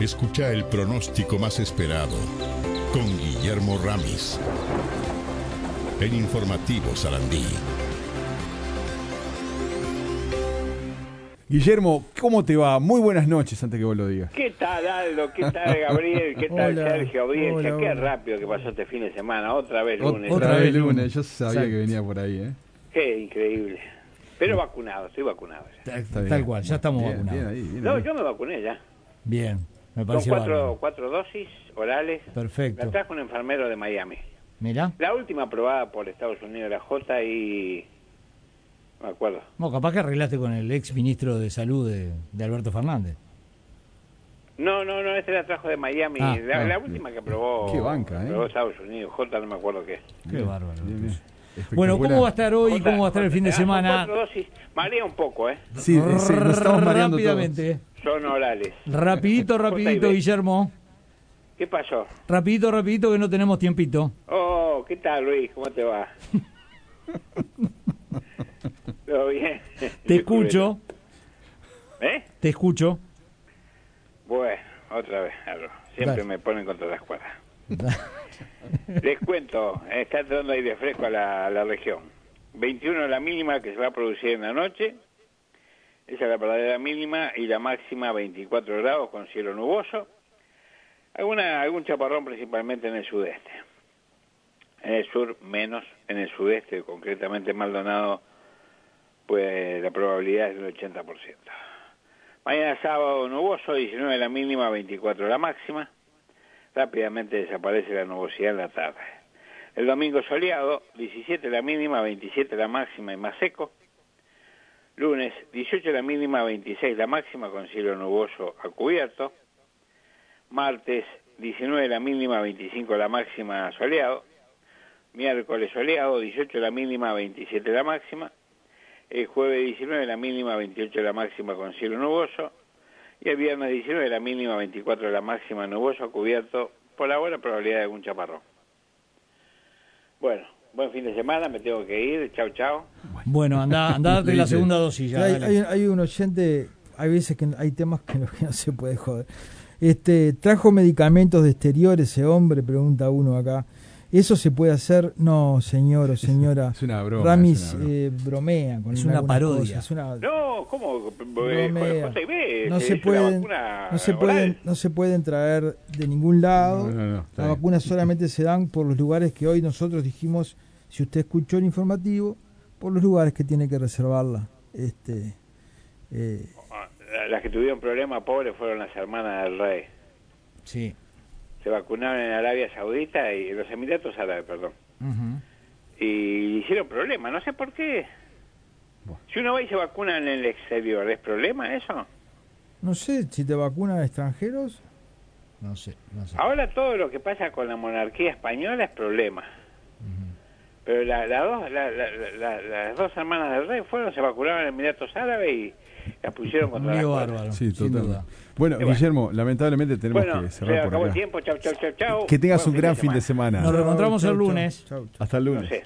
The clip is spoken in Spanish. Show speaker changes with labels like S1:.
S1: escucha el pronóstico más esperado con Guillermo Ramis en Informativo Sarandí.
S2: Guillermo, ¿cómo te va? Muy buenas noches, antes que vos lo digas.
S3: ¿Qué tal, Aldo? ¿Qué tal, Gabriel? ¿Qué tal,
S4: Hola.
S3: Sergio? Audiencia,
S4: Hola,
S3: qué
S4: hola.
S3: rápido que pasó este fin de semana. Otra vez
S2: Ot-
S3: lunes.
S2: Otra vez lunes, yo sabía
S4: Exacto.
S2: que venía por ahí, ¿eh?
S3: Qué increíble. Pero vacunado, estoy vacunado. ya.
S4: Tal,
S2: Está bien.
S4: tal cual, ya estamos
S2: Bien,
S4: vacunados.
S2: bien
S4: Bien,
S2: ahí, bien
S3: No,
S2: ahí.
S3: yo me vacuné ya.
S4: me
S3: Con
S4: parece
S3: cuatro,
S4: bárbaro.
S3: cuatro dosis orales.
S4: Perfecto.
S3: La trajo un enfermero de Miami.
S4: Mirá.
S3: La última aprobada por Estados Unidos, la J y... No me acuerdo.
S4: Bueno, capaz que arreglaste con el ex ministro de Salud de, de Alberto Fernández.
S3: No, no, no, esta la trajo de Miami.
S4: Ah,
S3: la,
S4: ah.
S3: la última que aprobó,
S2: Qué banca, ¿eh?
S3: aprobó Estados Unidos, J no me acuerdo qué.
S4: Qué bárbaro.
S2: Bien, bien.
S4: Bueno, ¿cómo va a estar hoy?
S3: J,
S4: ¿Cómo va a estar el
S3: J,
S4: fin de
S3: te dan con
S4: semana?
S3: Cuatro dosis, marea un poco, ¿eh?
S2: Sí, eh, sí, nos estamos mareando todos.
S4: Rápidamente. eh.
S3: Son orales.
S4: Rapidito, rapidito,
S3: J.I.B.
S4: Guillermo.
S3: ¿Qué pasó?
S4: Rapidito, rapidito, que no tenemos tiempito.
S3: Oh, ¿qué tal, Luis? ¿Cómo te va? ¿Todo bien?
S4: Te escucho,
S3: ¿Eh?
S4: te escucho.
S3: Bueno, otra vez, hablo. Siempre
S4: Dale.
S3: me ponen contra las cuerdas. Les cuento, está dando aire fresco a la, a la región. 21 la mínima que se va a producir en la noche. Esa es la verdadera mínima y la máxima 24 grados con cielo nuboso. Alguna, algún chaparrón principalmente en el sudeste. En el sur menos, en el sudeste, concretamente Maldonado, pues la probabilidad es del 80%. Mañana sábado nuboso, 19 la mínima, 24 la máxima rápidamente desaparece la nubosidad en la tarde. El domingo soleado, 17 la mínima, 27 la máxima y más seco. Lunes, 18 la mínima, 26 la máxima con cielo nuboso a cubierto. Martes, 19 la mínima, 25 la máxima soleado. Miércoles soleado, 18 la mínima, 27 la máxima. El jueves 19 la mínima, 28 la máxima con cielo nuboso. Y el viernes 19 la mínima, 24 la máxima, nuboso, cubierto, por ahora probabilidad de algún chaparrón. Bueno, buen fin de semana, me tengo que ir, chao, chao.
S4: Bueno, anda, anda a darte la
S2: Dice.
S4: segunda dosis ya.
S5: hay,
S4: dale.
S5: hay- hay un oyente, hay veces que hay temas que no, que no se puede joder. Este, trajo medicamentos de exterior ese hombre, pregunta uno acá. ¿Eso se puede hacer? No, señor o señora.
S2: Es una broma,
S5: Ramis
S2: es una broma.
S5: eh, bromea con
S4: Es una
S5: algunas
S4: parodia.
S5: cosas, es una-
S3: No, ¿cómo? Eh,
S5: bromea.
S3: JB,
S5: No
S3: es
S5: se
S3: una
S5: pueden,
S3: vacuna
S5: no se
S3: oral.
S5: pueden, no se pueden traer de ningún lado.
S2: No, no, no, está
S5: Las
S2: bien.
S5: vacunas solamente se dan por los lugares que hoy nosotros dijimos, si usted escuchó el informativo, por los lugares que tiene que reservarla. Este, eh,
S3: Ah, Las que tuvieron problemas pobres fueron las hermanas del rey.
S4: Sí.
S3: Se vacunaron en Arabia Saudita y en los Emiratos Árabes, perdón.
S4: Ujú.
S3: Y hicieron problemas, no sé por qué.
S2: Bueno.
S3: Si uno va y se vacuna en el exterior, ¿es problema eso?
S5: no sé si te vacunan a extranjeros.
S4: No sé, no sé.
S3: Ahora todo lo que pasa con la monarquía española es problema. Pero la- la dos- la- la- la- las dos hermanas del rey fueron, se vacunaron en Emiratos Árabes y las pusieron
S4: Un
S3: contra la
S4: lío
S3: cuerda.
S4: bárbaro,
S2: Sí,
S4: sin
S2: total.
S4: duda.
S2: Bueno,
S3: Y bueno.
S2: Guillermo, lamentablemente tenemos
S3: Bueno,
S2: que
S3: se
S2: cerrar por
S3: acabó el
S2: acá.
S3: tiempo. Chau, chau, chau, chau.
S2: Que tengas
S3: Buen
S2: un gran fin de semana.
S4: Nos reencontramos el
S5: Chau, chau,
S4: lunes.
S5: chau, chau.
S2: Hasta el
S3: No
S2: lunes.
S3: sé.